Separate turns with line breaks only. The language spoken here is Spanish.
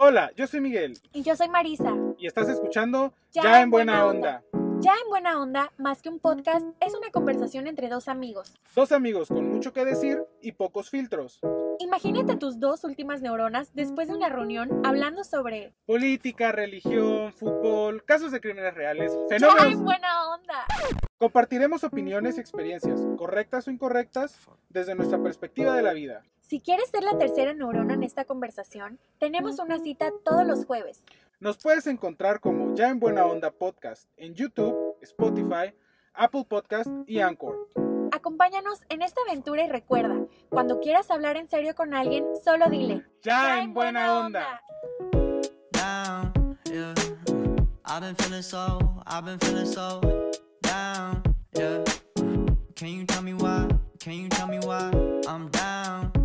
Hola, yo soy Miguel
Y yo soy Marisa.
y estás escuchando
Ya
Ya,
en
en Buena,
Buena
onda.
Ya en Buena Onda, más que un podcast, es una conversación entre dos amigos.
Dos amigos con mucho que decir y pocos filtros.
Imagínate tus dos últimas neuronas después de una reunión hablando sobre
Política, religión, fútbol, casos de crímenes reales,
Ya
fenómenos.
en Buena Onda.
Compartiremos opiniones y experiencias, correctas o incorrectas, desde nuestra perspectiva de la vida.
Si quieres ser la tercera neurona en esta conversación, tenemos una cita todos los jueves.
Nos puedes encontrar como Ya en Buena Onda Podcast en YouTube, Spotify, Apple Podcast y Anchor.
Acompáñanos en esta aventura y recuerda, cuando quieras hablar en serio con alguien, solo dile.
Ya, en Buena, onda.
down, yeah. I've been feeling so, I've been feeling so down, yeah. Can you tell me why? Can you tell me why I'm down,